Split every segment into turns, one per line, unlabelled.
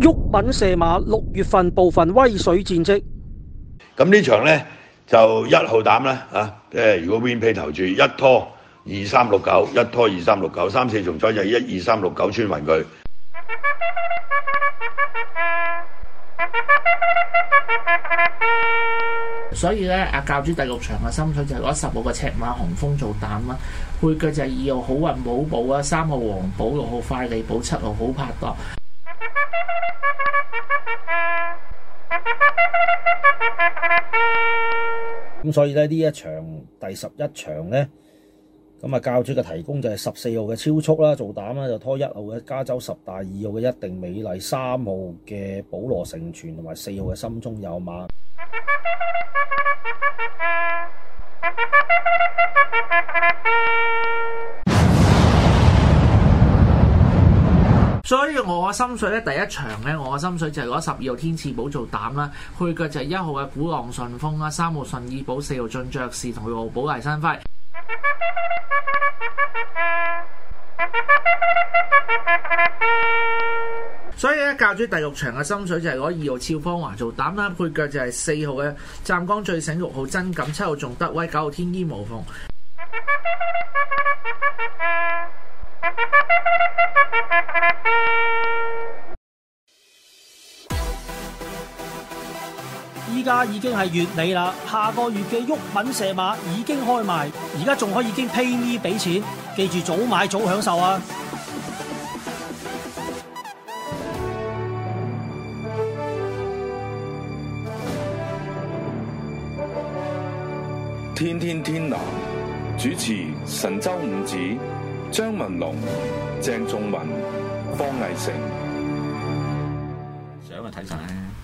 鬱敏射馬六月份部分威水戰績，
咁呢場咧就一號膽啦嚇，即係如果 Win Pay 投注一拖二三六九，一拖二三六九，三四重彩就一二三六九穿雲佢。
所以咧，阿教主第六場嘅心水就係攞十號嘅赤馬紅風做膽啦，配腳就係二號好運寶寶啊，三號黃寶，六號快利寶，七號好拍檔。
咁所以咧呢一場第十一場咧，咁啊教主嘅提供就係十四號嘅超速啦，做膽啦就拖一號嘅加州十大，二號嘅一定美麗，三號嘅保羅成全同埋四號嘅心中有馬。
所以我嘅心水咧，第一場咧，我嘅心水就係攞十二號天賜寶做膽啦，配腳就係一號嘅古浪順風啦，三號順意寶，四號進爵士同六號寶麗生輝。所以咧，教主第六場嘅心水就係攞二號超芳華做膽啦，配腳就係四號嘅湛江最醒，六號真錦，七號仲德威，九號天衣無縫。
依家已經係月尾啦，下個月嘅鬱敏射馬已經開賣，而家仲可以經 PayMe 俾錢，記住早買早享受啊！
天天天藍主持神州五子張文龍、鄭仲文、方毅成。
想啊睇晒。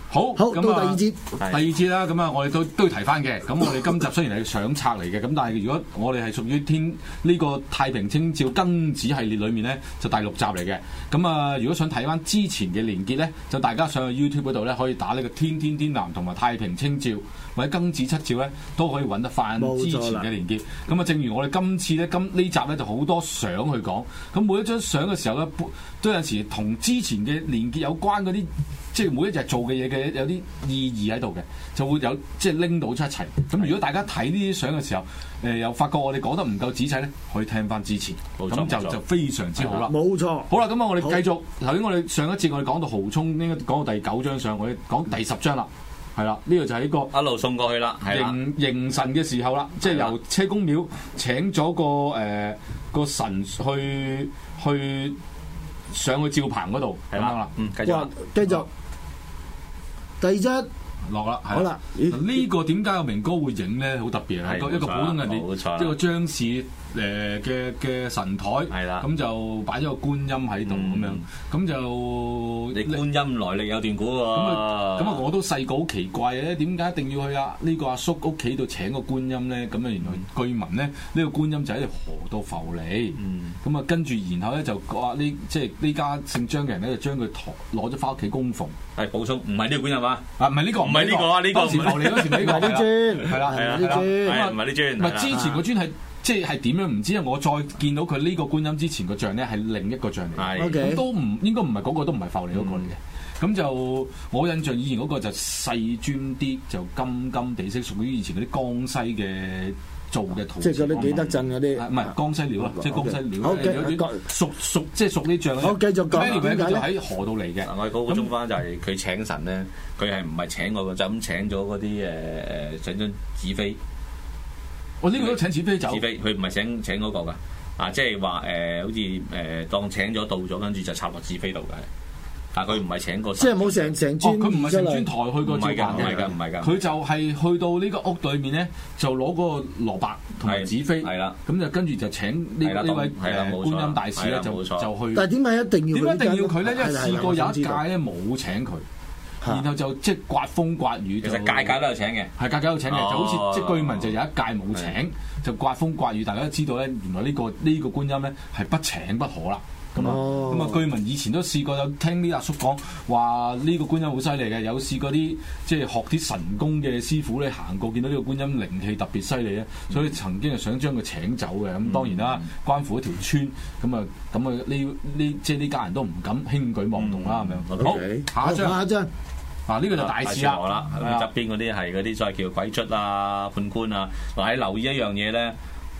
好，
好
咁
到
啊
第
第二節啦，咁啊，我哋都都要提翻嘅。咁我哋今集雖然係相冊嚟嘅，咁但係如果我哋係屬於天呢、個太平清照庚子系列裏面咧，就第六集嚟嘅。咁啊，如果想睇翻之前嘅連結咧，就大家上去 YouTube 嗰度咧，可以打呢個天天天藍同埋太平清照或者庚子七照咧，都可以揾得翻
冇
之前
錯啦
嘅連結。咁啊，正如我哋今次咧，今呢集咧就好多相去講。咁每一張相嘅時候咧，都有時同之前嘅連結有關嗰啲。即係每一日做嘅嘢嘅有啲意義喺度嘅，就會有即係拎到出一齊。咁如果大家睇呢啲相嘅時候，誒、又發覺我哋講得唔夠仔細咧，可以聽翻之前，
冇
咁
錯冇
就
錯
就非常之好啦。
冇錯，
好啦，咁啊，我哋繼續頭先我哋上一節我哋講到豪衝，應該講到第九張相，我哋講第十張啦，係啦，呢個就係一個。
一路送過去啦，係啦，
迎迎神嘅時候啦，即係
係啦
由車公廟請咗個誒、呃、個神去去上去照棚嗰度咁樣
係啦
啦，，
嗯，繼續
哇
啦，，
繼續第七，
落啦，係
好
啦。
啦，
嗱呢個點解個明哥會影咧？好特別啊！
係
一個一
冇錯
個普通人
冇
哋
錯
一個張氏誒嘅嘅神台，
係啦
咁就擺咗個觀音喺度咁樣
嗯，
咁就
你觀音來歷有段古喎，
咁啊，咁啊，我都細個好奇怪嘅，點解一定要去啊呢個阿叔屋企度請個觀音咧？咁啊，原來據聞咧，呢、個觀音就喺條河度浮嚟。
嗯
咁啊，跟住然後咧就話呢，即係呢家姓張嘅人咧，就將佢抬攞咗翻屋企供奉。
係補充，唔係呢個觀音啊，
啊，唔係呢個，
唔係呢個啊呢個
當時
唔係啊
浮嚟嗰時唔係
唔
呢個
係
係
啲
啦
磚，唔
係啦
係啦
係
係
啲
啦，
磚。
哎係唔啊係呢
唔
尊？係
係
啦
之前個磚係即係係點樣唔知啊！我再見到佢呢個觀音之前個像咧係另一個像嚟嘅。
係
OK
咁都唔應該唔係嗰個，都唔係浮利嗰個嚟嘅。咁
嗯
就我印象以前嗰個就細磚啲，就金金地色，屬於以前嗰啲江西嘅做嘅陶
即係
瓷
嗰啲幾德鎮嗰啲哦
啊唔係江西料啊，即係江西料。
好繼
有啲
繼
熟熟即係熟呢醬
好繼續講啦
Anyway，
點解
佢就
咧
喺河度嚟嘅。
啊嗱，我嗰個中翻就係佢請神咧，佢係唔係請我個就咁請咗嗰啲誒誒請張紙飛
我哦呢個都請紙飛走
紙。飛，佢唔係請請嗰個噶，啊即係話誒好似誒當請咗到咗，跟住就插落紙飛度嘅，但佢唔係請個
即係
神，
冇成成
哦，
磚
佢唔係
出嚟
成專台去個
唔係㗎，
照辦
唔
嘅
係㗎，唔係㗎，
佢就係去到呢個屋裏面咧，就攞嗰個蘿蔔同埋紙飛，
係啦，
咁就跟住就請
係
呢
啦
呢位
當係啦
誒
冇錯
觀音大使咧，
係啦
就
冇
就
錯
去。
但係點解一定要
點解
佢
一定要佢咧？因
係
為
啦係啦
試過有
我
一
想知
屆
道
咧冇請佢，
嚇
然後就即係刮風刮雨
其
就。
實屆屆都有請嘅。
係屆屆有請嘅，
哦
就好似即係據聞就有一屆冇請，就刮風刮雨，大家都知道咧，原來呢個呢個觀音咧係不請不可啦。咁啊，
哦
咁啊，據聞以前都試過有聽啲阿叔講話呢個觀音好犀利嘅，有試過啲即係學啲神功嘅師傅咧行過，見到呢個觀音靈氣特別犀利咧，所以曾經係想將佢請走嘅。咁當然啦，關乎一條村，咁啊，咁啊，呢呢即係呢家人都唔敢輕舉妄動啦，咁樣。好
OK，
下一張
下一張
嗱，呢個就大事啦，
河啦，
係啊
側邊嗰啲係嗰啲所謂叫鬼卒啊、判官啊。嗱，你留意一樣嘢咧，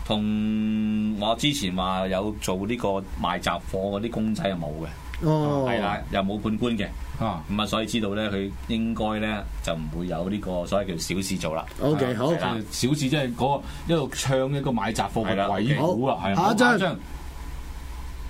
同我之前話有做呢個賣雜貨嗰啲公仔係冇嘅，
哦，
係啦、又冇判官嘅，
啊。
咁啊，所以知道咧，佢應該咧就唔會有呢個所謂叫小事做啦。
，OK，好，
係啦
小事即係嗰個一路唱一個買雜貨
啊係啦
嘅鬼故啦，係
好下一張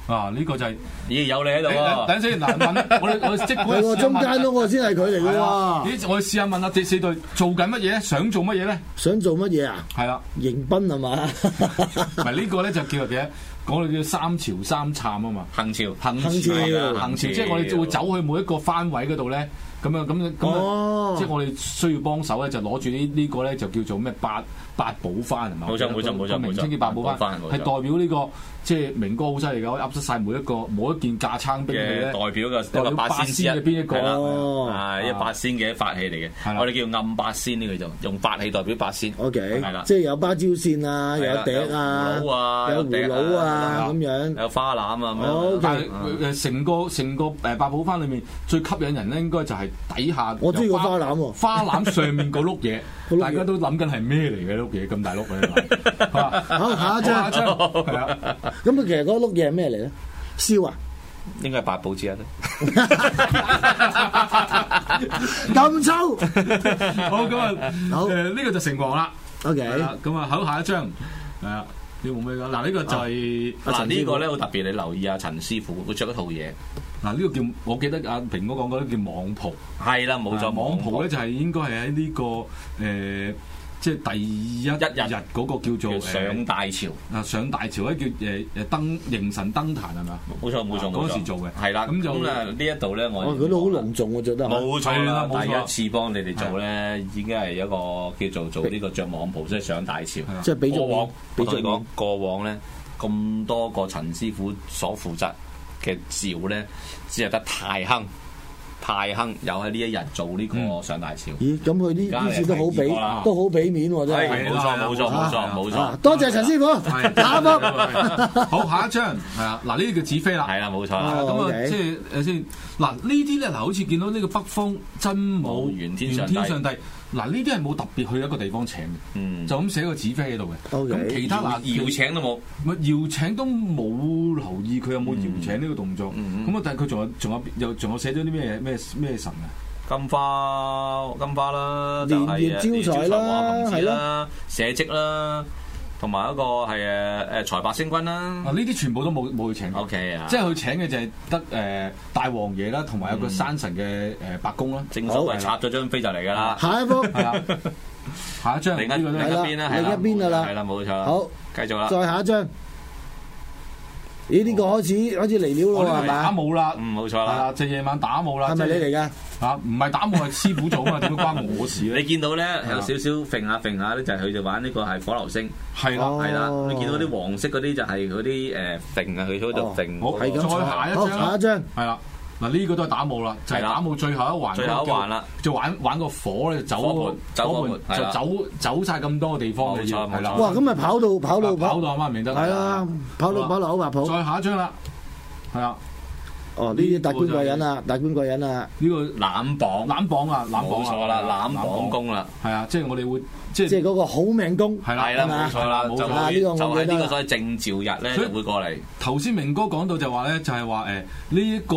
啊！呢個就係
咦，有你喺度
等
喎，
等先嗱，問我哋我 即
佢
管
個中間嗰
咯。
個先係佢嚟嘅
係啊
喎，
咦，我哋試下問下第四隊做緊乜嘢咧？想做乜嘢咧？
想做乜嘢啊？
係啦，
迎賓係嘛？
唔係呢個咧就叫做嘅，我哋叫三朝三參啊嘛。
行朝。
行朝，
行朝
行朝，即係我
啊
哋會走去每一個番位嗰度咧，咁啊，咁啊，咁啊。
哦
即係我哋需要幫手咧，就攞住呢呢個咧就叫做咩八八寶幡係嘛？
冇錯冇錯冇錯
個名稱叫八寶幡，
八寶幡冇錯
係代表呢個即係明哥好犀利嘅，可以噏出晒每一個每一件架撐兵器
嘅
咧
代。表嘅
代
一
表
個八仙之一
八仙嘅邊一個
係啦
哦
啊，一八仙嘅法器嚟
係
嘅，
啦
我哋叫暗八仙呢個就用法器代表八仙。
，OK，
係啦
即係有芭蕉扇啊，
係
有
啦
笛啊，
有葫蘆啊
有葫蘆啊
有
咁
笛
樣，
有花籃啊咁
好
樣。
但係誒成個成個誒八寶幡裏面最吸引人咧，應該就係底下
我中意個花
有
籃喎
花籃上面嗰碌嘢
嗰碌嘢，
大家都諗緊係咩嚟嘅碌嘢咁大碌嘅， 好嘛
好下一張
下一張係啊，
咁佢其實嗰碌嘢係咩嚟咧？燒啊！
應該係八寶之一啦。
咁抽
好咁啊，
好
誒呢個就成王啦。
，OK，
係啦，咁啊，好下一張，係啊，你冇咩㗎？嗱，呢個就係
啊嗱
陳師傅
呢個咧好特別，你留意下陳師傅，佢着一套嘢。
嗱，呢個叫我記得阿平哥講過，呢叫網蒲。
係啦，冇
啊
錯，
網蒲
蒲
咧就係應該係喺呢個誒，即係第一日嗰個叫做
叫上
誒
大潮。
啊上大潮咧叫誒誒登迎神登壇係咪啊？
冇錯冇錯冇錯。
嗰時做嘅
係啦，
咁
咁
就
就呢一度咧，我
哦，佢都好隆重喎，着得。
冇錯啦
係啦，冇錯
第一次幫你哋做咧，已經係一個叫做做呢個着網袍，即係上大潮。
即係俾
過
咗
往
面，俾
我同
咗
你講
面，，
過往咧咁多個陳師傅所負責嘅照咧，只係得泰亨。泰亨有喺呢一日做呢個上大潮。
咦？咁佢
而家
呢呢
係
次都好俾
第二個啦
都好俾面喎，真
係
係。
冇錯冇錯冇錯冇
啊
錯，
多謝陳師傅，
係
打波。
好下一張係啊，嗱呢個叫紙飛啦。
係啦冇錯
啊
啦。
咁
哦
啊，
，OK
即係誒先嗱，呢啲咧嗱，好似見到呢個北方真武
哦元天上帝
嗱，呢啲係冇特別去一個地方請嘅，
嗯，
就咁寫個紙飛喺度嘅。
OK
咁其他嗱，
要請都冇。
咪搖請都冇留意佢有冇搖請呢個動作。
嗯嗯
咁啊，但係佢仲有仲有又仲有寫咗啲咩咩咩神啊？
金花金花啦，就係
連葉招財啦
連葉招財黃金
係
紙啦，社稷啦，同埋一個係誒誒財帛星君啦
啊，。呢啲全部都冇冇去請過。
O K 啊，
即係佢請嘅就係得誒大王爺啦，同埋有個山神嘅誒白宮啦。
正所
好
謂插咗張飛就嚟㗎啦。
下一幅，
係啊，下一張
另一
呢個
另
咧
係啦
一邊啦，係啦
另一邊㗎啦
係啦，冇錯啦。
好，
繼續啦。
再下一張。咦？呢個開始開始嚟料
我
咯喎，係
呢個係
咪
打
啊？
舞啦。
嗯，冇錯
係
啦。
啦，就夜晚打舞啦。
係咪你
即係
嚟㗎？
嚇？唔係打舞係師傅做啊嘛，點會關我事
你
咧？
見到咧
啊
有少少揈下揈下咧，就係佢就玩呢個係火流星，
係啦
哦。
係啦。你見到啲黃色嗰啲就係嗰啲誒揈啊，佢喺度揈。
好
係咁
再
坐
下一
哦
張
好
啦
下一張。
係啦，嗱呢個都係打舞啦，就係
係啦
打舞最後一環，
最後一環啦，
就玩玩個火咧，走
火盆走火盆係
就
啦
走走晒咁多個地方嘅
冇錯
要，
冇錯
係啦，
哇！咁咪跑到跑到
跑到阿媽唔認得，
係啊，，跑到
好啊
跑到好白
再
譜。
下一張啦，係啦，
哦，呢啲達官貴人
呢
啊，達官貴人啊。
呢個
攬榜，
攬榜啊，攬
冇
榜
錯啦，攬榜
公
功啦，
係啊，即係我哋會即
即係
係
嗰個好命工。
係
係
啦，
啦，
係嘛
冇錯啦，就
冇
錯啊呢
會
個
就
我
喺
記得
呢
啦
個所謂正照日咧
所以
就會過嚟。
頭先明哥講到就話咧，就係話誒呢一個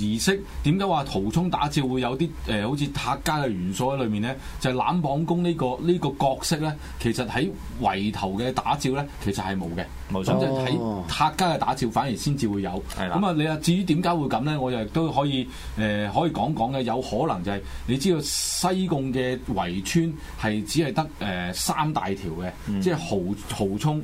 儀式點解話圖中打照會有啲誒、呃好似客家嘅元素喺裏面咧？就係、攬榜公呢、個呢、個角色咧，其實喺圍頭嘅打照咧，其實係冇嘅。
冇
咁
錯
就
哦
喺客家嘅打照反而先至會有。
係啦
咁啊，你啊至於點解會咁咧？我又亦都可以誒、呃可以講講嘅，有可能就係、你知道西貢嘅圍村係只係得誒三大條嘅，
嗯
即係濠濠涌、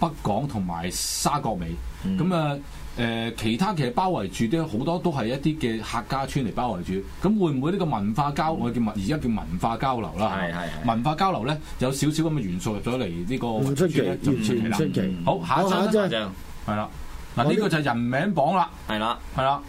北港同埋沙角尾。
嗯
咁啊誒，其他其實包圍住都好多都係一啲嘅客家村嚟包圍住。咁會唔會呢個文化交
嗯
我哋叫文而家叫文化交流啦？
係係係
文化交流咧，有少少咁嘅元素入咗嚟呢個
唔出奇，
圍村咧
完全唔
就啦
出奇。
好，下一
好下
張
一
啦
張
就
係啦。嗱，呢個就係人名榜啦，
係啦，
係啦，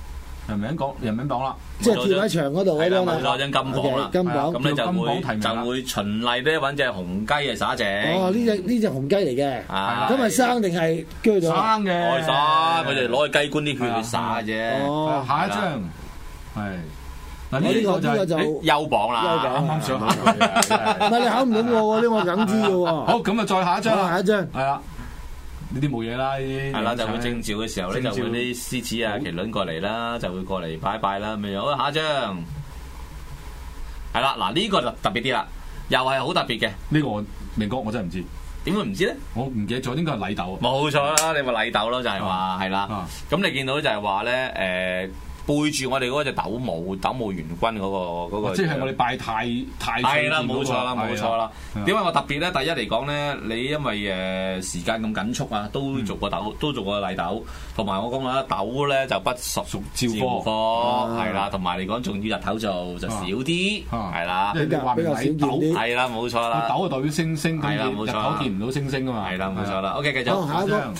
人名榜人名榜啦，
即係跳喺牆嗰度嗰
係啦，
張啊
咪
啦
攞張金榜啦
OK，。金
係啦
榜
咁。咧就會
叫金榜題名啦
就會循例咧揾只紅雞啊嚟耍正。
哦，呢只呢只紅雞嚟嘅，
啊
咁係生定係鋸
生
咗？
嘅，
開心，佢哋攞去雞冠啲血去耍啫。
哦，
下一張係嗱
我呢
啊呢
個
個就
呢個就啊
係哎
唔
優榜啦，
啱啱
係
上下 嘅
係你考唔到我喎，呢個梗知嘅喎。
好，咁啊，再下一張
好，
啦，
下一張。
係啦，呢啲冇嘢啦，呢啲
係啦，就會徵召嘅時候咧，就
徵召
會啲獅子啊、麒麟過嚟啦，就會過嚟拜拜啦咁樣樣。好，下一張係啦，嗱呢個就特別啲啦，又係好特別嘅。
呢個我明哥我真係唔知，
點會唔知咧？
我唔記得咗，應該係禮豆
冇錯啦，你話禮豆咯，就係話係啦。
啊，
咁你見到就係話咧，誒背住我哋嗰隻斗武斗武元軍嗰個嗰個樣，
哦即係我哋拜太太歲
係啦，
見到
冇錯啦，
個
冇錯。啦。
係啊
點解我特別咧？第一嚟講咧，你因為誒時間咁緊促啊，都做過豆，都做過禮豆，同埋我講啦，豆咧就不屬
屬照科
科，係啦，同埋嚟講仲要日頭做就少啲，
啊
係啦
因，為你話明禮
比較少見
豆
啲，
係啦，冇錯
個
啦，
豆就代表星星，咁
係啦
你
冇
日
錯啦
頭見唔到星星啊嘛。
係啦，冇錯啦。OK，繼
好
續
下
下
一
一
張
張。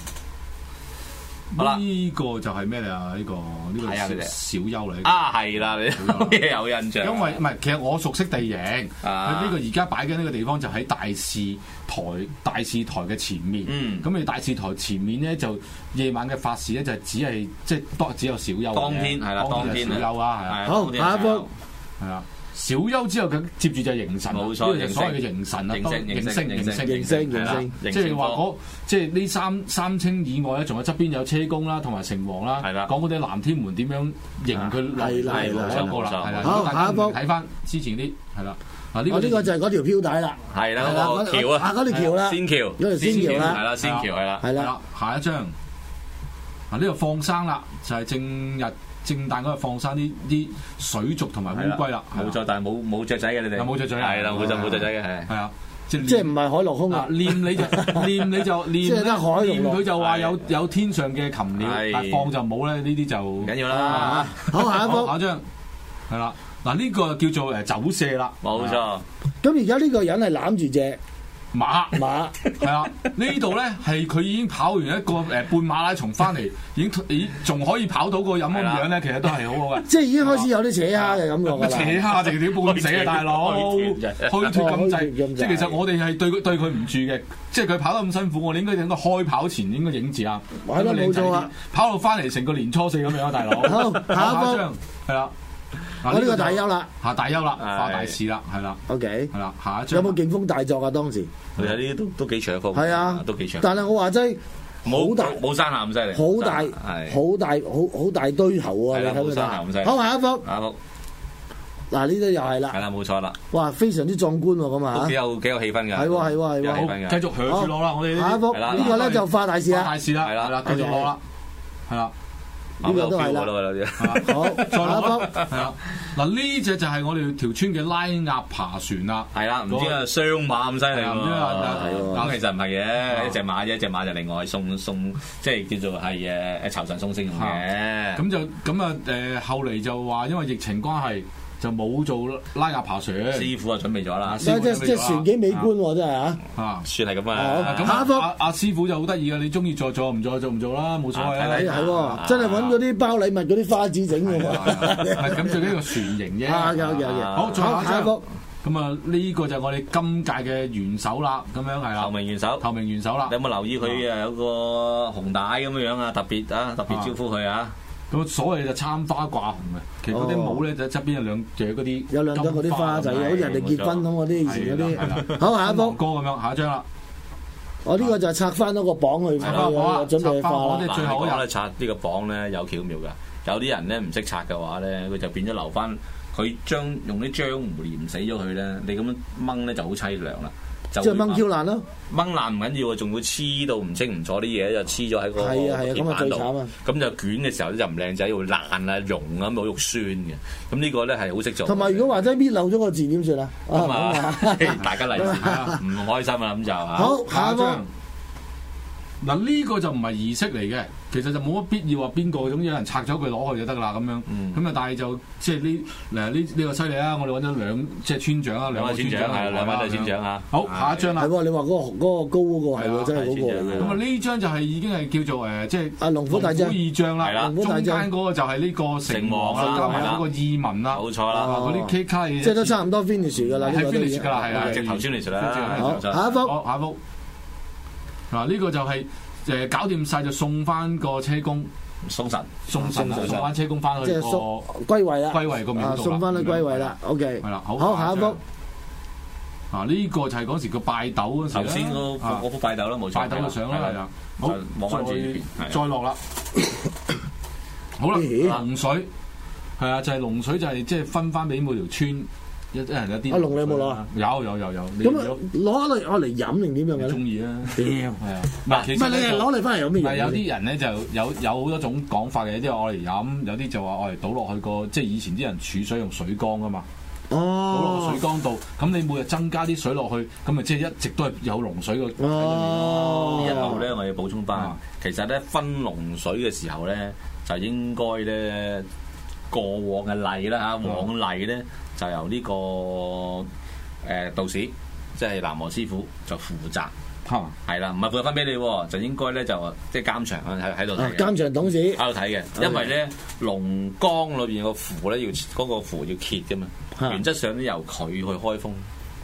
好啦
呢個就係咩嚟啊？呢個呢個
睇下佢
小
哋
小優嚟嘅。
啊，係啦，你有印象，
因為唔係，其實我熟悉地形，佢
啊
呢個而家擺緊呢個地方就喺大市台大市台嘅前面。
嗯
咁你大市台前面咧就夜晚嘅法事咧就只係即係多只有小休嘅啫。
當天係啦，當天
就小休啊，係啊，
好下一
波
幅。
係啊。小休之後佢接住就係迎神啦，
冇
呢
錯
個就所謂嘅迎神啊，
形
當
式
形
形
式
式形式
形式
形式
係啦
形
即
形
係
式
話
科
嗰即係呢三三清以外咧，仲有側邊有車公啦，同埋城隍啦，
係啦啊
講嗰啲南天門點樣迎佢落
係啦
嚟
係啦
嗰一個啦，係啦。
好
如果大家
下一幅
唔睇翻之前啲係啦，嗱呢
我
個
哦呢個就係嗰條飄帶啦，
係啦，
係啦
嗰個啊
嗰
橋啊，
啊嗰條橋啦
仙橋，
嗰條仙橋啦啊
係啦，仙橋係啦，
係
係
啦，
啦，下一張嗱呢個放生啦，就係正日正旦嗰日放生啲啲水族同埋烏龜啦，係啦啊
冇錯，但係冇冇雀仔嘅你哋，
有冇雀仔啊
係啦，冇就冇雀仔嘅係。
係啊，即係
即係唔係海陸空啊
嗱，？念你就 念你就念，
即係得海同
念
陸
佢就話有
係
有天上嘅禽鳥，
係
但放就冇咧。呢啲就
唔
唔
緊要啦，
好，下一
下
幅。
一張係啦，嗱呢個叫做誒走射啦，
冇
啊
錯，
咁而家呢個人係攬住隻
馬
馬，
係啦。呢度咧係佢已經跑完一個誒半馬拉松翻嚟，已經咦仲可以跑到個飲咁樣咧，其實都係好好嘅。
即係已經開始有啲扯蝦嘅感覺㗎啦。
扯下定點半死啊，大佬！
虛
虛
脫
脱咁
虛脫咁滯
滯，即係其實我哋係對佢對佢唔住嘅，即係佢跑得咁辛苦，我哋應該應該開跑前應該影字啊，
係咯
咁靚仔啲
冇錯啊！
跑到翻嚟成個年初四咁樣啊，大佬！
好下一張
張係啦，嗱
哦我呢個
就
大休啦
下大休啦，化
係
大事啦，係啦，
，OK。
係啦，下一啊張
有冇勁風大作啊？當時
其實呢啲都都幾長幅，
係啊，
都幾長，
但係我話真係
冇
好大
冇山下咁犀利，
好大
係
好大好好大堆頭啊！
係
你
啦
睇唔睇
好犀利好犀
到？
利
好，下一幅
啊好
嗱，呢啲又係
係
啦，
啦，冇錯啦，
哇，非常之壯觀喎咁
都
啊
幾！有幾有氣氛㗎，
係喎係喎係喎
有氣
好
氛㗎
繼續響住落啦，我哋
下一
呢
幅
係啦
呢個咧就化大事
啲化
啦
大，事啦，
係啦
係啦，繼續落啦，係啦。
呢個都係啦啊
啊有 feel 㗎啦有啲
係啦
好，
再
下一
落
幅
啦，係啦。嗱呢只就係我哋條村嘅拉鴨爬船啦。
係啦，唔知啊，雙馬咁犀利
係啊唔知啊
喎，
係
咁
喎
其實唔係
啊
嘅，一隻馬啫，一隻馬就另外送送，即係叫做係誒誒酬神送聖用嘅，
咁就咁啊誒，後嚟就話因為疫情關係就冇做拉鴨爬船
嗯
師傅啊準備咗啦，
師傅
即
準備咗啦
即船幾美觀喎，真係啊！
啊。
算係咁
哦
啊，
咁
下一幅
啊阿阿師傅就好得意嘅，你中意再做唔做就唔做啦，冇所
啊
謂
睇
啦。
睇
哎係
啊
喎，真係揾嗰啲包禮物嗰啲花紙整嘅
係
喎。
咁最緊要個船型 啫。
啊，有有有。
好，再
好，下
下
一
一
幅
幅。咁啊，呢個就係我哋今屆嘅元首啦，咁樣係
透
啦，
明元首。
透明元首啦
你。有冇留意佢
啊
誒有個紅帶咁樣樣啊？特別啊，特別招呼佢啊！
咁所謂就參花掛紅嘅，其實嗰啲帽咧就側邊有兩隻嗰啲
哦有兩張嗰啲花仔，啊
金
好
咁
似人哋結婚咁嗰啲以前嗰啲。好，下一
樣
幅，
歌咁樣，下一張啦。
我呢個就拆翻嗰個榜去，
拆翻個榜啊
去準備去
拆翻個
化
榜
啦。
最後一日
嗱你講咧拆呢個榜咧有巧妙㗎，啊有啲人咧唔識拆嘅話咧，佢就變咗留翻佢將用啲漿糊黏死咗佢咧，你咁樣掹咧就好凄涼啦。就
即
會
係掹 Q 爛咯，
掹爛唔緊要啊，仲會黐到唔清唔楚啲嘢就黐咗喺個
係啊係啊，
鐵
咁啊
板
最
度。
慘啊！
咁就捲嘅時候咧就唔靚仔，會爛啊、溶啊、冇肉酸嘅。咁呢個咧係好識做嘅。
同埋如果話真係搣漏咗個字點算啊？啊
哦
咁啊
咁啊，
大家嚟自唔開心啦，咁就嚇。啊
好下
下
一
一
幅
張。嗱呢個就唔係儀式嚟嘅，其實就冇乜必要話邊個，總之有人拆咗佢攞去就得啦咁樣。咁啊、
嗯
但係就即係呢嗱呢呢個犀利啦！我哋揾咗兩即係村長啊，兩
兩
個
位村長
長
係兩位都係村。長啊。
好，下一張啦。
係喎，你話嗰個嗰個高嗰個係
係
喎，
啊
真係嗰個
係
嚟
咁啊
嘅。
呢張就係已經係叫做誒即係。
啊，龍虎大隻
龍，二將
係啦
啦，
龍
中
虎大將
間嗰個就係呢個城隍啦，加埋嗰個義民啦，
冇錯
啊
啦，
嗰啲 K 卡嘢，
即係都差唔多 finish 㗎啦，呢
係
個都已
finish
經
㗎啦，係啊啦，
啊直頭先嚟食啦。
好，
就
下一幅
好，下一幅。嗱，呢個就係誒搞掂晒就送翻個車工，
送神，
送神啊
送神
送翻車工翻
即
去
係
個
送歸位啦，
歸位個廟度
啊
啦
送翻去歸位啦。OK，
係啦，好，
好下一幅
張。嗱，啊呢個就係嗰時個拜斗嗰時啦
頭先嗰幅
啊
嗰幅拜豆啦，冇錯。
拜
啊
斗嘅相啦，係啦。好
再，望返住呢邊係
再
啊
再落啦。好啦，
咦
龍水係啊，就係龍水就係即係分翻俾每條村一一人一啲水啦。
阿龍你有冇攞啊
有有有有，你
咁啊
如果
攞嚟我嚟飲定點樣嘅
你
咧？
中 意啊？
屌，
係啊，唔係
唔
其實
係你
呢
係
個
攞嚟翻嚟有咩
但係有
用嘅？
啲人咧就有有好多種講法嘅，有啲話我嚟飲，有啲就話我嚟倒落去個即係以前啲人儲水用水缸噶嘛，倒落個
哦
水，缸度，咁你每日增加啲水落去，咁咪即係一直都係有龍水個。
哦，
一路咧，我要補充翻
啊，
其實咧分龍水嘅時候咧，就應該咧過往嘅例啦
啊
嚇，往例咧就由呢、個誒、呃、道士，即係南和師傅就負責，
嚇
係啦，唔係佢分俾你喎，就應該咧就即係監場喺喺度
啊
睇嘅。
監場啊董事
喺度睇嘅，因為咧龍江裏邊個符咧要嗰、個符要揭噶嘛，
嚇
原則上都由佢去開封，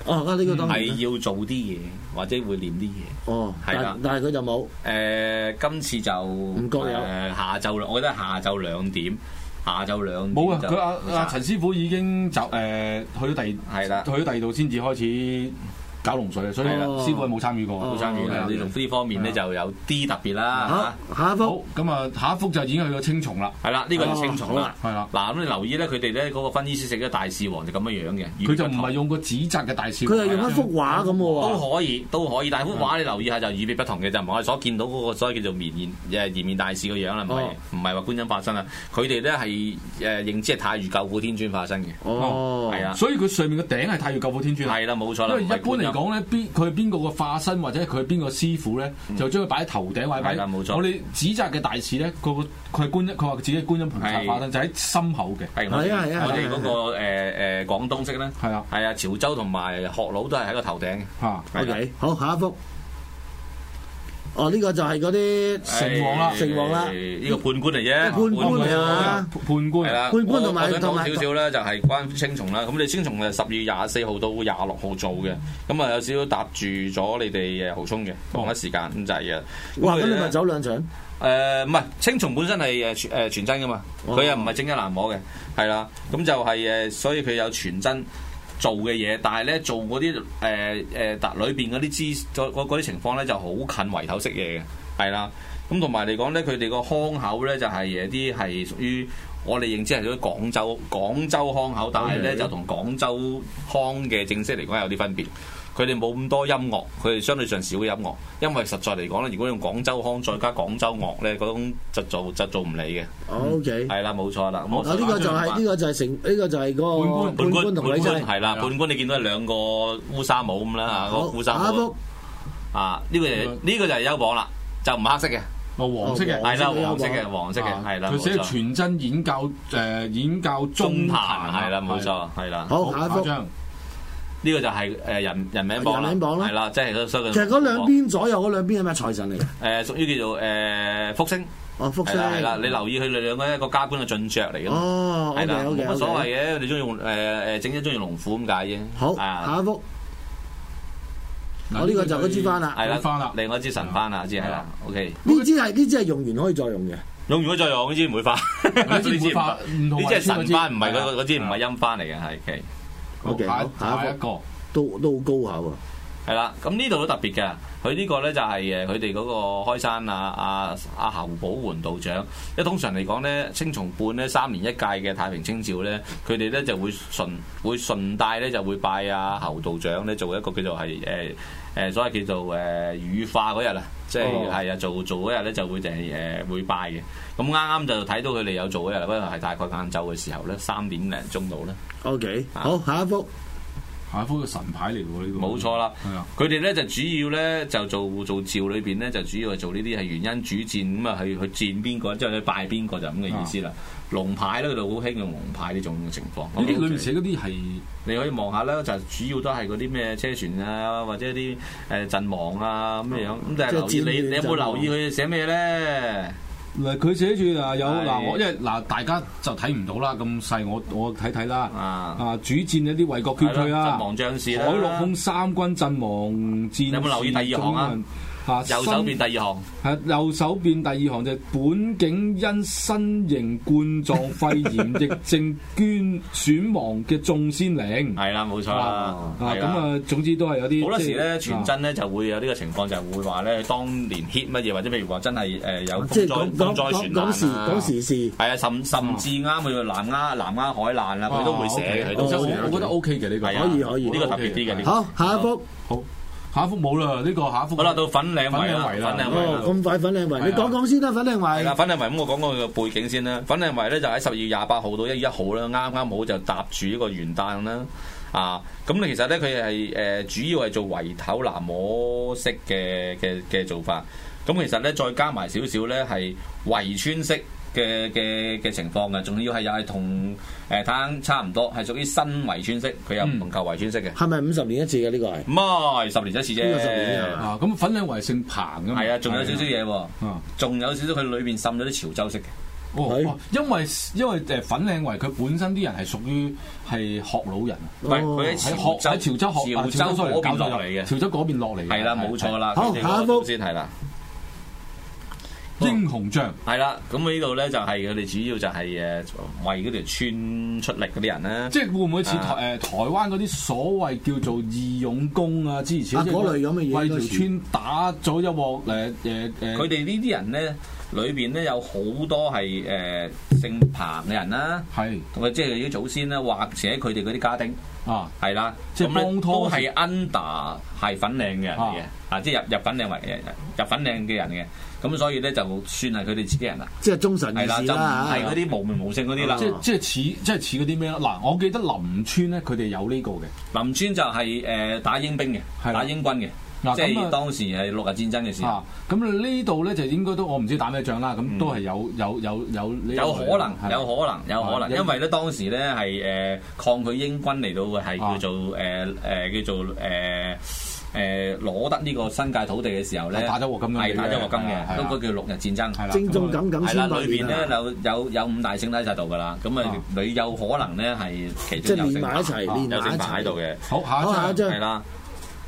哦，啊呢個啊當然
係
啦
要做啲嘢或者會念啲嘢。
嗯
哦，
係啦
但但係佢就冇
誒、呃今次就唔
該有
下晝啦，我覺得下晝兩點，下晝兩點
冇啊！
就
佢阿阿陳師傅已經就誒、去咗第
係啦
去咗第二度先至開始搞龍水啊，所以
係啦
師傅係冇參與過。
冇參
係
與啦
啊。
你同呢方面咧
係
就有啲特別啦
嚇，下一
好
幅
咁啊，下一幅就已經去到青松啦，
嚇，係啦，呢個就清楚
哦好
啦
啊。
係啦，
嗱咁你留意咧，佢哋咧嗰個分醫師食咗大士王就咁樣樣嘅，
佢就唔係用個指責嘅大小，
佢係用一幅畫咁
都
喎，
可以都可以，但係
啊
幅畫你留意下就與別不同嘅就唔係我哋所見到嗰個所謂叫做面面誒面面大士個樣啦，唔係
哦
唔係話觀音化身啊，佢哋咧係誒認知係太乙救苦天尊化身嘅，
哦，
係啊，
所以佢上面嘅頂係太乙救苦天尊啊。
係啦冇錯
因
啦，
為一
唔係
般
觀
嚟
音
講咧，邊佢係邊個個化身或者佢係邊個師傅咧，就將佢擺喺頭頂或者擺
嗯係啦冇錯
我哋指責嘅大士咧，個個佢係觀音，佢話自己係觀音菩薩化身，就喺心口嘅，
係我哋
係啊係啊
我
係
哋
啊
嗰個誒誒廣東式咧，
係啊
係啊潮州同埋學佬都係喺個頭頂嘅。啊
嚇。
OK，好下一幅，哦呢個就係嗰啲
城隍啦
誒
城隍啦
哎呢個判官嚟啫，
判官嚟啊
判
係
官
啦，
判官同埋
我想
同
講
埋
少少咧，就係關青松啦。咁你青松誒十二月廿四號到廿六號做嘅，咁啊有少少搭住咗你哋誒豪衝嘅同一時間咁就係嘅。
哇，
佢
咁
哋
你
呢
咪走兩場，
誒唔係青松本身係誒全誒全真噶嘛，
哦
佢又唔係正一南摸嘅，係啦，咁就係、誒，所以佢有全真做嘅嘢，但係咧做嗰啲誒誒特裏邊嗰啲資嗰嗰嗰啲情況咧就好近圍頭式嘢嘅，係啦，咁同埋嚟講咧，佢哋個腔口咧就係誒啲係屬於。我哋認知係屬於廣州廣州腔口，但係咧就同廣州腔嘅正式嚟講有啲分別。佢哋冇咁多音樂，佢哋相對上少嘅音樂，因為實在嚟講咧，如果用廣州腔再加廣州樂咧，嗰種就做就做唔嚟嘅。
OK，
係啦，冇錯啦。咁我
哦嗱呢個就係呢個就係城呢個就係嗰個判
判嗯官
官同
判
女
官
仔，
係啦，
係啦啊
判官你見到係兩個烏沙帽咁啦嚇，啊個
好
烏沙
下一
帽
幅
啊，呢個就係呢個就係優榜啦，就唔黑色嘅，
哦黃色嘅
哦。
係啦，
黃色嘅啊優
黃色嘅，黃色嘅，係啦，
啊佢寫
冇錯
全真演教誒演教
中
中
壇
壇啊
係啦，冇。錯，係啦，
好下一
一
幅。
張
呢個就係誒人人名榜啦，
人名榜啦
係啦，即係嗰所以佢
其實嗰兩邊左右嗰兩邊係咩財神嚟嘅？
誒呃屬於叫做誒福星。
哦，福星
係啦係啦，你留意佢哋兩個一個加官嘅進爵嚟嘅嘛，
哦
係
，OK
啦，冇
OK
乜所謂嘅，你中意用誒誒整一中意龍虎咁解啫。
好，
啊
下一幅，
嗱
我呢個就嗰支番啦。
係啦，
翻啦
另外一支神翻啦，知係 啦，OK。
呢支係呢支係用完可以再用嘅。
用完咗再 用，呢支唔會化，
呢支唔會化唔同
呢支
圍
係
村嗰
神
支
翻，唔係
係
嗰
啦
嗰支唔係啊陰翻嚟嘅，係 OK。
好
OK，
下一
好下一
下一個
都都好高下喎。
係啦，咁呢度都特別嘅，佢呢個咧就係誒呃佢哋嗰個開山啊啊啊侯寶垣道長，因為通常嚟講咧，青松觀咧三年一屆嘅太平清醮咧，佢哋咧就會順會順帶咧就會拜啊侯道長咧做一個叫做係誒誒所謂叫做誒羽化嗰日啊，即係
哦
係啊做做嗰日咧就會就係誒會拜嘅，咁啱啱就睇到佢哋有做嗰日啦，不過係大概晏晝嘅時候咧三點零鐘度咧。
OK，
啊
好，下一幅，
下夫嘅神牌嚟喎呢個。
冇錯啦
係啊，
佢哋咧就主要咧就做做召裏邊咧就主要係做呢啲係原因主戰咁啊，係去戰邊個，之後去拜邊個就咁嘅意思啦。龍牌咧，佢哋好興用龍牌呢種情況。
啊呢啲裏面寫嗰啲係
你可以望下啦，就主要都係嗰啲咩車船啊，或者啲誒陣亡啊咁樣樣。咁但係留
即
意
係戰亂
你，你有冇
陣亡
留意佢寫咩咧？
嗱，佢寫住啊有
係
嗱，我因為嗱大家就睇唔到啦，咁細我我睇睇啦。
啊，
啊，主戰一啲為國捐軀
係咯
啦，
陣亡將士啦
啊海陸空三軍陣亡戰。
有冇留意第二行啊？
啊，
右手
身
邊第二行。
係右手邊第二行就係本警因新型冠狀肺炎疫症捐損亡嘅眾先靈。
係啦，冇錯啦
啊，
係
咁
啦。
啊，總之都係有啲
好多時咧，
即係啊
傳真咧就會有呢個情況，就係會話咧，當年 hit 乜嘢，或者譬如話真係誒有
啊即係
風災
講
風
講
災
講
船
講時
難啊
講時事，
係啊，甚甚至啱去南丫南丫海難啊，
啊
佢都會寫，
啊
佢
，OK，
都
我
會寫
我覺得 O K 嘅呢個
係啊
可以可以
呢個特別啲嘅呢個。
好下一幅。
好，下一幅冇啦，呢個下一幅
好啦，到粉嶺圍啦，
粉嶺圍
粉
啦
嶺圍啦
哦，。咁快粉靚
係啊
圍，你講講先啦，粉靚
係啦，
圍。
粉嶺圍咁，我講講佢嘅背景先啦。粉嶺圍咧就喺十二月廿八號到一月一號啦，啱啱好就搭住呢個元旦啦。啊，咁你其實咧佢係誒主要係做圍頭南摩式嘅嘅嘅做法。咁其實咧再加埋少少咧係圍村式。嘅嘅嘅情況嘅，仲要係又係同誒灘差唔多，係屬於新圍村式，佢
嗯
又唔同舊圍村式嘅，
係咪五十年一次嘅呢個係？
唔係十年一次啫，
呢個十年啊
啊，咁粉嶺為姓彭噶嘛，
係啊，仲有少少嘢喎，
啊。
仲有少少佢裏邊滲咗啲潮州式嘅。
哦
係
哦因為因為誒粉嶺圍佢本身啲人係屬於係學老人啊，
唔係佢喺
喺學
潮
喺潮
州
州學啊
潮州
sorry，
嗰邊
搞錯咗
落嚟嘅
潮州嗰邊落嚟嘅，
係啦，
係
冇錯啦。
好
佢哋
下一
嗰
幅
個先係啦，哦
係英雄將
係啦。咁呢度咧就係佢哋主要就係誒為嗰條村出力嗰啲人啦。
即係會唔會似
啊
台誒台灣嗰啲所謂叫做義勇軍啊之如此
啊
類
嗰類咁嘅嘢
為
應該
條
似
村打咗一鑊誒誒誒，
佢哋呢啲人咧，裏邊咧有好多係誒姓彭嘅人啦，
係
同埋即係啲祖先啦，或者佢哋嗰啲家丁
啊
係啦，
即係
咁呢
幫拖
都係 under 係粉嶺嘅人嚟嘅
啊，
啊，即係入入粉嶺為嘅入粉嶺嘅人嘅。咁所以咧就算係佢哋自己人啦，
即係忠臣
係
義
啦，
士
就唔
啦啊
係嗰啲無名無姓嗰啲啦。
啊即即係似即係似嗰啲咩啦嗱，我記得林村咧佢哋有呢個嘅，
林村就係、誒、打英兵嘅，
係啦
打英軍嘅，
嗱
即
咁啊
係當時係六日戰爭嘅時候
啊，，咁呢度咧就應該都我唔知打咩仗啦，咁都係有有有有呢一類
嗯有可
係
能，
啦
有可能，有可
啊
能，
因
因為咧當時咧係誒呃抗拒英軍嚟到嘅係
啊
叫做誒誒、叫做誒。誒攞得呢個新界土地嘅時候咧，
係打咗鑊金嘅
係打咗鑊金
係啊係啊
嘅，嗰個叫六日戰爭。
係啦
精忠耿耿
係啦
千，百
裏邊
年
咧
啊！
有有有五大聖體喺度噶啦，咁啊
啊
你有可能咧係其
即
中
係
有
連
聖
埋一
馬
齊，
啊
連
有
埋
聖
一
馬喺
齊。
度嘅。
好
好，
下
下
一
一
張。
張
係啦。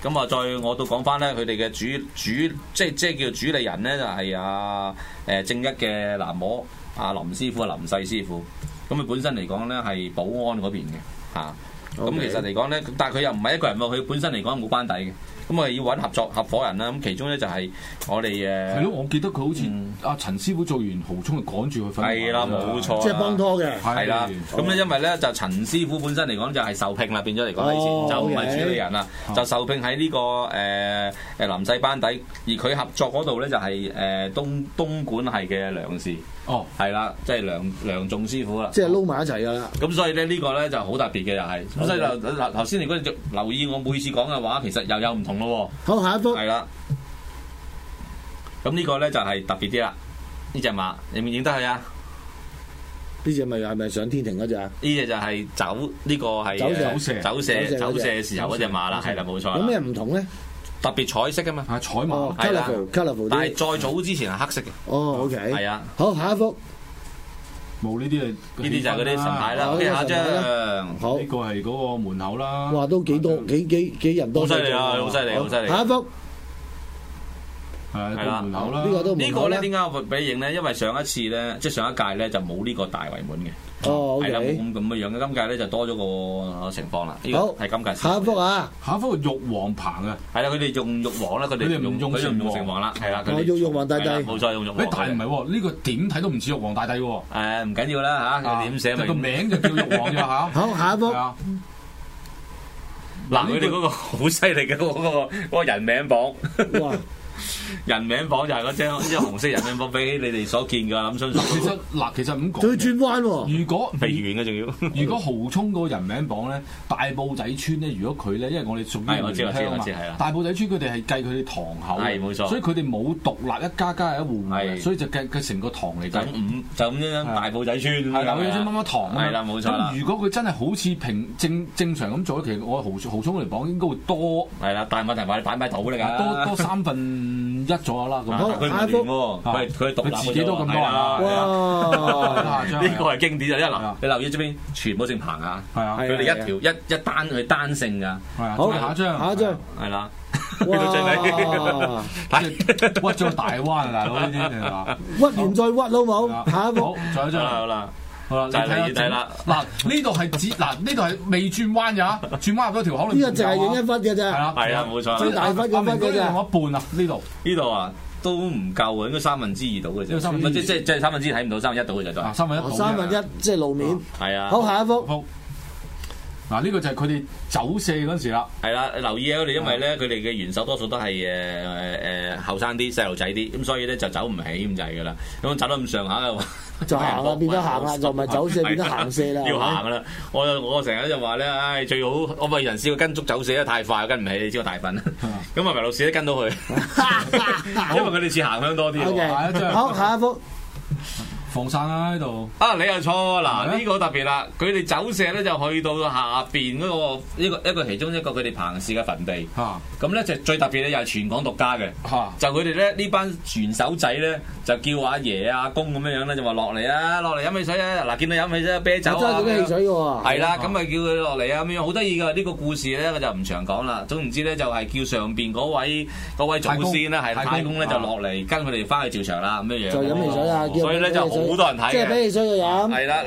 咁啊，再我到講翻咧，佢哋嘅主主即即叫主理人咧，就係阿誒正一嘅南摩阿林師傅啊，林世師傅。咁佢本身嚟講咧係保安嗰邊嘅嚇。咁
OK
其實嚟講咧，但係佢又唔係一個人喎，佢本身嚟講冇班底嘅。咁啊要揾合作合伙人啦。咁其中咧就係我哋
係咯，
誒
我記得佢好似
嗯
阿陳師傅做完豪衝，就趕住去分。
係啦，冇錯啦，
即係幫拖嘅。
係
係啦，咁咧因為咧就陳師傅本身嚟講就係受聘啦，變咗嚟講以
哦
前就唔係主理人啦，
OK
就受聘喺呢個誒誒林世班底，而佢合作嗰度咧就係誒東東莞係嘅梁氏，
哦，
係啦，即係梁梁仲師傅啦。
即係撈埋一齊㗎啦。
咁所以咧呢個咧就好特別嘅又係，咁所以就嗱頭先如果你留意我每次講嘅話，其實又有唔同咯
好，下一幅
喎，係啦。咁呢個咧就係特別啲啦，呢只馬你唔影得佢啊？
呢只咪係咪上天庭嗰只啊？
呢只就係走呢個係
走
誒
蛇
走蛇
走
走
蛇
蛇時候嗰只馬啦，係啦冇錯
有咩
啦，
唔同咧？
特別彩色噶嘛，
啊彩
哦
馬
啊係啦
，colourful，colourful
但係
啲。
再早之前係黑色嘅，
哦，OK。
係啊，
好，下一幅。
冇呢啲啊係
呢啲就係嗰啲神牌啦。
好
OK，下一
呢個神牌
張
好
呢，個係嗰個門口啦。
哇，都幾多幾幾幾人多。
好犀利啊，好犀利，好犀利。
下一幅
係
係
啦，
啦
門口啦。
呢個都唔
呢個咧
好啦
點解我俾你影咧？因為上一次咧，即係上一屆咧就冇呢個大圍門嘅，
哦
係啦冇
，OK。
咁咁嘅樣嘅。今屆咧就多咗個情況啦。呢個
好
係今屆先
下一幅啊，
下一幅係玉皇棚啊，
係啦，佢哋用玉皇啦，佢
佢哋
哋
唔用
佢哋唔
城
用
隍
城隍啦，係啦，佢
我
哋
哦用玉皇大
係啦
帝。
冇錯，用玉皇
誒
大
但係唔
帝。
係喎？呢個點睇都唔似玉皇大帝喎。
誒唔緊要啦嚇，
啊
佢啊點寫
就
咪
個名就叫玉皇 啫嚇。
好，下一幅
係。啊，
嗱，佢哋嗰個好犀利嘅嗰個嗰個人名榜，
哇，
人名房就係嗰張，即係紅色人名房俾你哋所見㗎，諗相信
其 實嗱，其實咁
仲要
講嘅，
轉彎喎。
如果
未完嘅仲要。
如果豪聰嗰個人名榜咧，大埔仔村咧，如果佢咧，因為我哋屬於
係我知
聯鄉
我知我
啊嘛
知係啦，
大埔仔村佢哋係計佢哋堂口嘅，
係冇錯
所以佢哋冇獨立一家家係一戶戶嘅，
係
啊所以就計佢成個堂嚟
就咁
計。
五就咁樣大埔仔村，
係啦，佢有張乜乜堂啊
啊係啦冇錯啦
咁如果佢真係好似平正正常咁做，其實我豪豪聰嚟講應該會多啊
係啦，但係問啊題話你擺唔擺到咧㗎？
多多 三分一左右啦。咁
啊
好
但佢唔
下一
掂
幅
喎，佢係佢係獨立
佢
嘅
自己都咁多
係啦係啦
哇！
下張
呢個啊係經典就一
係
留
啊，
你留意出邊全部正棚啊！
係啊，
係
佢哋一條一一單佢單性㗎，
係啊，
好，
再下一張，
下一張。
係啦， 去 到最尾，
哇！
屈咗大灣啊，大佬呢啲係嘛？啊
屈完再屈好冇？下一
好
幅，
再下一 張
好啦好。啦，
好啦，
啊就係
你
你睇啦
嗱呢度係指嗱呢度係未轉彎㗎，轉彎入咗條口裏
呢
面啊
個淨係影一忽嘅
係
啫。
啦，
係啦冇錯
最
啦，
大忽
阿
嘅忽
明哥
嘅
你用
啫。
一半啊，呢度
哦
呢度啊都唔夠嘅，應該三分之二到嘅
呢個
啫，
三分
唔
之二
係即即即三分之二睇唔到，三分一到嘅就都
啊
係
三分一度
哦
啫
三分一即係路面。
係啊。
好，下一幅。
好嗱呢個就係佢哋走瀉嗰陣時啦，
係啦，留意啊！佢哋因為咧，佢哋嘅元首多數都係誒誒誒後生啲、細路仔啲，咁所以咧就走唔起咁就係噶啦。咁走到咁上下嘅話，
就行啦，變咗行啦，就唔係走
係
射，
啦
變咗行 射啦。
要行啦！我我成日就話咧，唉，最好我咪人試過跟足走死得太快，跟唔起，你知我大笨。咁啊，白老師都跟 到佢，因為佢哋似行香多啲喎。
下一
OK，
張
好，下一幅
防散啦呢度，
啊，你又錯喎！
係
嗱，
咩
呢個好特別啦，佢哋走石咧就去到下邊嗰個一個一個其中一個佢哋彭氏嘅墳地，
嚇
咁咧就最特別咧又係全港獨家嘅。
嚇
就佢哋咧呢班船手仔咧，就叫阿爺阿公咁樣樣咧，就話落嚟啊，落嚟飲汽水啊！嗱，見到飲汽水啊啤酒
我真係見到汽
啊，咁樣
水嘅喎。
係啦，咁咪叫佢落嚟啊咁樣，好得意噶呢個故事咧，我就唔長講啦。總言之咧，就係叫上邊嗰位嗰位祖先咧，係
太公
太公咧
啊
就落嚟跟佢哋翻去照常啦咁樣樣。
就飲汽水啊，叫
哦所以咧就好多人睇
即係
嘅。
俾汽水佢飲。
係啦，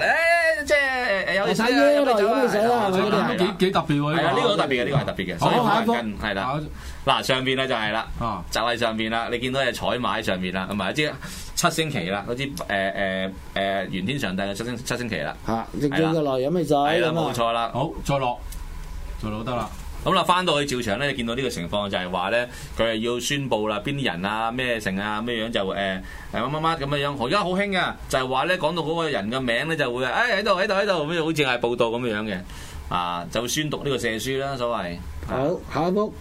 誒即係有
嗯睇嘢咯飲汽水啦係咪
咁
嗰啊
都幾幾特別喎，
係啊，呢個好特別嘅，呢個係特別嘅，所以
好
好
下
一
難
幅
跟係啦。
啊
嗱，上邊咧就係啦。
啊
就係上邊啦，你見到有彩馬喺上邊啦，同埋一支七星旗啦，嗰支誒誒誒玄天上帝嘅七星七星旗啦，
嚇，亦叫佢落嚟飲汽水
係啦，
咁
冇
啊。
錯啦。
好再落再落得啦，
咁啦，翻到去照場咧，你見到呢個情況就係話咧，佢係要宣佈啦，邊啲人啊，咩成啊，咩樣就誒誒乜乜乜咁樣樣。而家好興噶，就係話咧講到嗰個人嘅名咧，就會誒喺度喺度喺度咁樣，好似係報道咁樣嘅。啊，就宣讀呢個赦書啦，所謂。
好，下一幅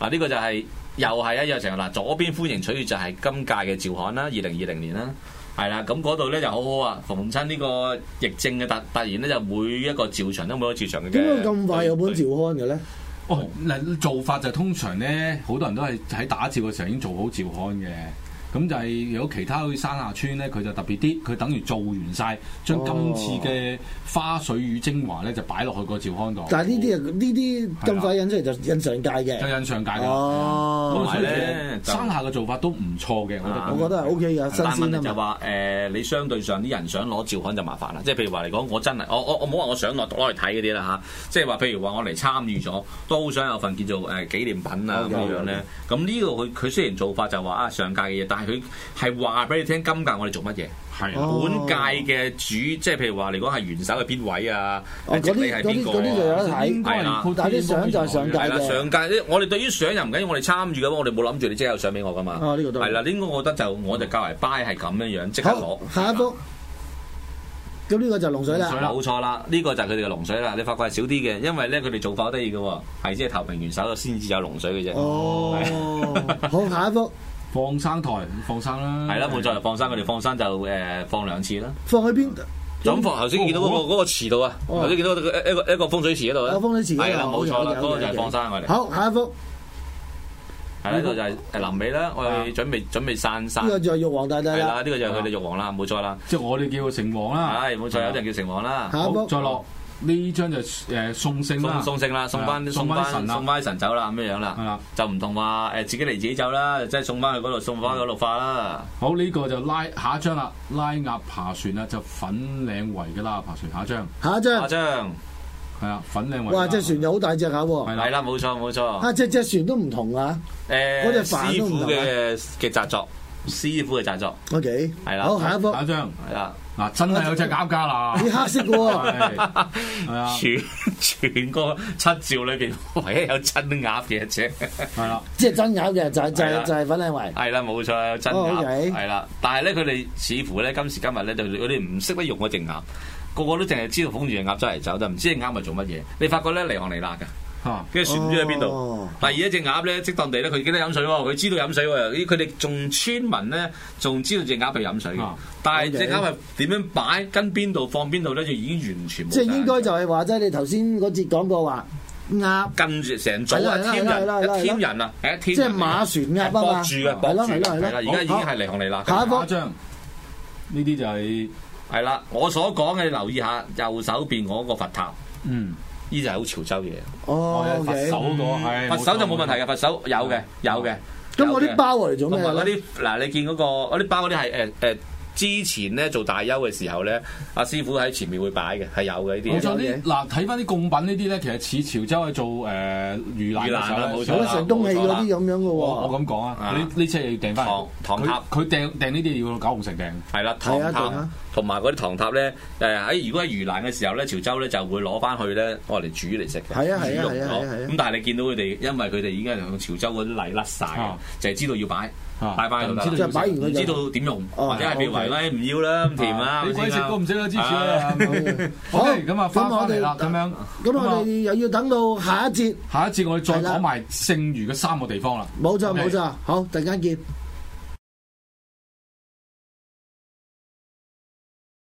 嗱，呢個就係又係一樣成日嗱，左邊歡迎取悅就係今屆嘅照刊啦，二零二零年啦，係啦，咁嗰度咧就好好啊，逢親呢個疫症嘅突突然咧，就每一個照場都每一個照場嘅。
點解咁快有本照刊嘅咧？
哦嗱做法就通常咧，好多人都係喺打照嘅時候已經做好照刊嘅。咁就係如果其他好似山下村咧，佢就特別啲，佢等於做完晒，將今次嘅花水與精華咧就擺落去個照刊度。
但係呢啲啊，呢啲咁快印出嚟就印上界
就
嘅。
印上界㗎。
哦
咁所以其
同埋呢
實山下嘅做法都唔錯嘅，
啊
我
我
覺
覺
得。
得係 OK 嘅，新
但問題
鮮
就
啊嘛。
話誒、你相對上啲人想攞照刊就麻煩啦。即係譬如話嚟講，我真係我我我唔好話我想攞攞嚟睇嗰啲啦吓，即係話譬如話我嚟參與咗，都好想有份叫做誒、紀念品啊咁
OK，
樣咧。咁呢個佢佢雖然做法就話啊上屆嘅嘢，但係佢係話俾你聽今屆我哋做乜嘢。
係啊
哦
本屆嘅主，即係譬如話嚟講係元首係邊位啊？
哦
誒
嗰啲
職理係邊個
嗰啲嗰啲就有得睇
應該
係啦
係
但係啲相就係上界
係啦，
嘅
上屆呢我哋對於相又唔緊要，我哋參與嘅話，我哋冇諗住你即刻有相俾我噶嘛。
哦呢個都係
係啦，應該我覺得就我就較為 buy 係咁樣樣，即刻
好，
攞。
下一幅。咁呢個就龍水啦。
冇錯啦，呢、個就係佢哋嘅龍水啦。你發覺係少啲嘅，因為咧佢哋做法好得意嘅喎，係即係投名元首先至有龍水嘅啫。
哦，好，下一幅
放生台放生啦，
係啦，冇錯，就放生佢哋放生就誒、放兩次啦。
放去邊？
咁放頭先見到嗰、個嗰個池度啊，
哦
頭先見到一個一個一個風水池嗰度咧，
啊風水池嗰度
係啦，冇錯啦，
好嘅
嗰個就
好
係
嘅
放生我哋。
好，下一幅
係啦，呢個就係誒臨尾啦，我哋準備準備散散
啊呢。個就係啊玉皇大帝
係啦，
啦。
呢個就係佢哋玉皇啦，冇錯啦。
即係我哋叫城隍
啊
啦。
係冇錯，有啲人叫城隍啦。
下一
好，
幅
再落呢張就誒送聖啦
送，送聖啦，送翻
係啊
送
送返
翻
神啦
送翻神走啦，咁樣樣
係
啦
啦，
就唔同話誒自己嚟自己走啦，即係送翻去嗰度，送翻去嗰度化啦。
好呢個就拉下一張啦，拉鴨爬船啦，就粉嶺圍嘅啦，爬船下一張
下一
阿
張，
張
係啊，粉嶺圍。
哇！隻船又好大隻下喎。
係
係
啦，
啦，冇錯冇錯。
啊，隻隻船都唔同啊。
誒
嗰隻帆
師
都唔
傅
同啊
嘅嘅習作師傅嘅製作，
OK，
係啦
好，下一幅
下一張
係啦，
嗱，真係有隻鴨架啦，
咦黑色嘅喎，
係係啊，
全全 個七照裏邊唯一有真鴨嘅一隻，
係啦，
即係真有嘅，就係就
係
係
啦
就係粉嶺圍。
係啦，冇錯，有真
哦，OK
鴨，係啦，但係咧佢哋似乎咧今時今日咧就佢哋唔識得用嗰隻鴨。個個都淨係知道捧住隻鴨走嚟走，但唔知隻鴨係做乜嘢。你發覺咧離行離辣㗎，
嚇
跟住船唔知喺邊度。
哦
第二一隻鴨咧，即當地咧，佢記得飲水喎，佢知道飲水喎。咦佢哋仲村民咧，仲知道只鴨係飲水嘅，
啊
但係
OK
只鴨係點樣擺、跟邊度放邊度咧，就已經完全冇晒。
即係應該就係話即係你頭先嗰節講過話鴨，
跟住成組
係啦
啊，
係
添
啦係啦係啦
人一添人啊，係一
即
添
係
人嚟
馬
嘅。
船鴨啊嘛，
搏住嘅，
係
搏
咯
住
係
嘅
咯
係
係
啦，
咯
而。家已經係離行離辣
下
嘅。
一哦幅
下一張，呢啲就係
係啦，我所講嘅你留意下右手邊嗰個佛塔，
嗯，
呢就係好潮州嘢。
哦
我佛
OK，
手個係
佛手就冇問題嘅，佛手有嘅，有嘅。
咁我
有
啲
嘅
包嚟做
同
咩啊
埋嗰
咧？
啲嗱，你見嗰、個嗰啲包嗰啲係誒誒，之前咧做大休嘅時候咧，阿師傅喺前面會擺嘅，係嗯有嘅
冇
呢啲嘢。
錯，
嘢
呢嗱睇翻啲貢品呢啲咧，其實似潮州去做誒魚腩嘅時候
魚腩啦
呢
啊冇錯
有
啦
得成東氣嗰啲咁樣嘅
我我
喎，
咁講啊，
啊
呢呢車要訂翻嚟，
糖糖塔
佢佢訂訂呢啲要九紅城訂，
係啦，
係啊
糖
對
塔
啊
同埋嗰啲糖塔咧，誒喺如果喺盂蘭嘅時候咧，潮州咧就會攞翻去咧，我嚟煮嚟食嘅。
係啊係啊
煮肉
係啊
攞
係啊係啊
咁但係你見到佢哋，因為佢哋已經係用潮州嗰啲例甩晒嘅
啊，
就係知道要擺，
啊
擺翻喺度
就唔
即
知道
啦
係擺完
唔
佢
知
就
道點用，
哦
或者係譬如
，OK
為咧唔要啦，咁甜啦，
你啊鬼
咁先
食
啦
都唔識啦，芝士
啊
啦。咁
好
OK，咁啊，翻
咁我
返
哋
嚟啦，咁樣。
咁我哋又要等到下一節，
下一節我哋再
係啦
講埋剩餘嘅三個地方啦。
冇錯冇
OK
錯，好，陣間見。